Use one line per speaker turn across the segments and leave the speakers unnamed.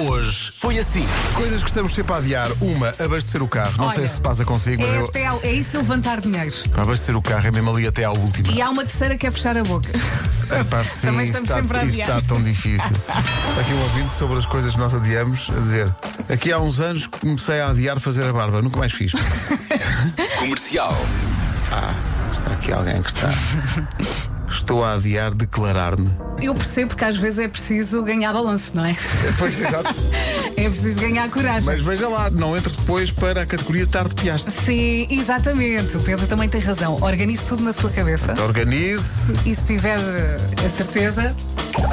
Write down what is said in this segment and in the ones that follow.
hoje foi assim.
Coisas que estamos sempre a adiar. Uma, abastecer o carro. Não
Olha,
sei se passa consigo, mas
É,
eu.
até ao- é isso eu levantar dinheiro.
Abastecer o carro é mesmo ali até à última.
E há uma terceira que é fechar a boca.
Epá, sim,
Também
isto
estamos
está,
sempre a
isto
adiar.
está tão difícil. Aqui um ouvinte sobre as coisas que nós adiamos, a dizer: aqui há uns anos comecei a adiar fazer a barba, nunca mais fiz.
Comercial.
Ah, Está aqui alguém que está. Estou a adiar declarar-me.
Eu percebo que às vezes é preciso ganhar balanço, não é?
Pois, exato.
É preciso ganhar coragem.
Mas veja lá, não entre depois para a categoria tarde piastra.
Sim, exatamente. O Pedro também tem razão. Organize tudo na sua cabeça.
Organize.
E se tiver eh, a certeza,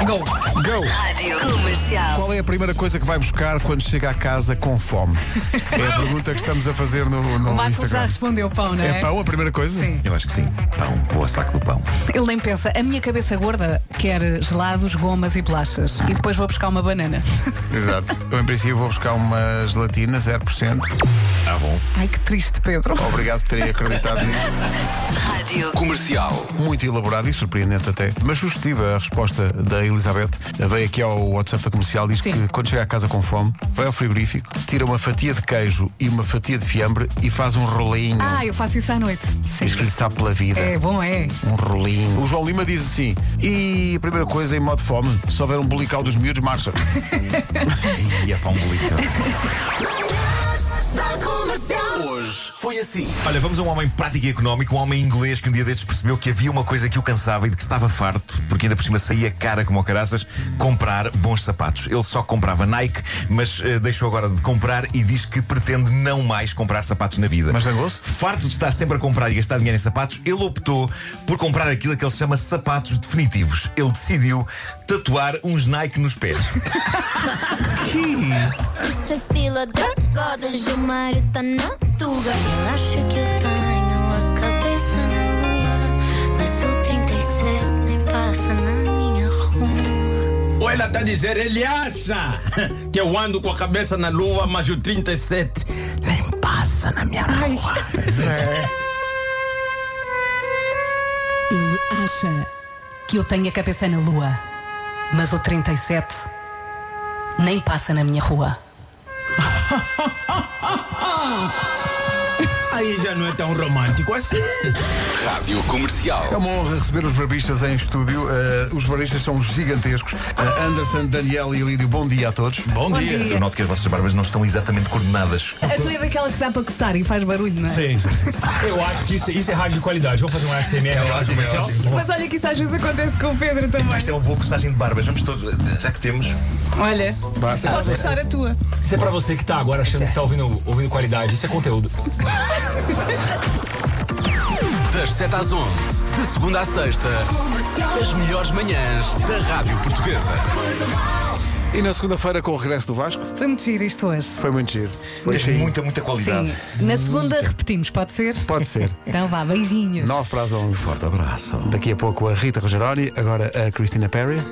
go!
Go!
Rádio Comercial.
Qual é a primeira coisa que vai buscar quando chega à casa com fome? É a pergunta que estamos a fazer no, no
O Marco já
Instagram.
respondeu pão, não é?
É pão a primeira coisa?
Sim.
Eu acho que sim. Pão, vou ao saco do pão.
Ele nem pensa, a minha cabeça gorda quer gelados, gomas e bolachas. E depois vou buscar uma banana.
Exato. Eu, em princípio, vou buscar uma gelatina 0%.
Ah, bom.
Ai que triste, Pedro.
Obrigado por terem acreditado nisso.
Rádio
Comercial.
Muito elaborado e surpreendente até. Mas sugestiva a resposta da Elizabeth. Veio aqui ao WhatsApp da comercial, diz
Sim.
que quando chega à casa com fome, vai ao frigorífico, tira uma fatia de queijo e uma fatia de fiambre e faz um rolinho.
Ah, eu faço isso à noite.
Diz que lhe sabe pela vida.
É bom, é.
Um rolinho. O João Lima diz assim: e a primeira coisa, em modo fome, se houver um bulical dos miúdos, marcha.
E é pão bonito.
Hoje foi assim.
Olha, vamos a um homem prático e económico, um homem inglês que um dia destes percebeu que havia uma coisa que o cansava e de que estava farto, porque ainda por cima saía cara como o caraças, comprar bons sapatos. Ele só comprava Nike, mas eh, deixou agora de comprar e diz que pretende não mais comprar sapatos na vida.
Mas zangou-se?
Farto de estar sempre a comprar e gastar dinheiro em sapatos, ele optou por comprar aquilo que ele chama sapatos definitivos. Ele decidiu tatuar uns Nike nos pés.
Mr. Fila da Goda, Gilmário tá na tuga. Ele acha que eu tenho a cabeça na lua, mas o 37 nem passa na minha rua.
Ou ela está a dizer, ele acha que eu ando com a cabeça na lua, mas o 37 nem passa na minha rua.
Ele acha que eu tenho a cabeça na lua, mas o 37 nem passa na minha rua.
Aí já não é tão romântico assim.
Rádio Comercial.
É uma honra receber os baristas em estúdio. Eh, os baristas são gigantescos. Eh, Anderson, Daniel e Lídio, bom dia a todos.
Bom
dia. dia.
Eu noto que as vossas barbas não estão exatamente coordenadas.
A tua é daquelas que dá para coçar e faz barulho, não é?
Sim, sim, sim, sim. Eu acho que isso, isso é rádio de qualidade. Vou fazer um ASMR é rádio
ótimo, é
comercial.
ótimo.
Mas olha que isso às vezes acontece com o Pedro também.
Isto é uma boa coçagem de barbas. Vamos todos, já que temos.
Olha, podes coçar a tua.
Isso é pra você que tá agora achando que tá ouvindo, ouvindo qualidade. Isso é conteúdo.
Das 7 às 11. De segunda à sexta. As melhores manhãs da Rádio Portuguesa.
E na segunda-feira com o regresso do Vasco,
Foi muito giro isto hoje.
foi muito giro. Foi
Tens muita, muita qualidade.
Sim. Na segunda repetimos, pode ser?
Pode ser.
Então vá, beijinhos.
9 para as 11.
Forte abraço.
Daqui a pouco a Rita Rogeroni, agora a Cristina Perry.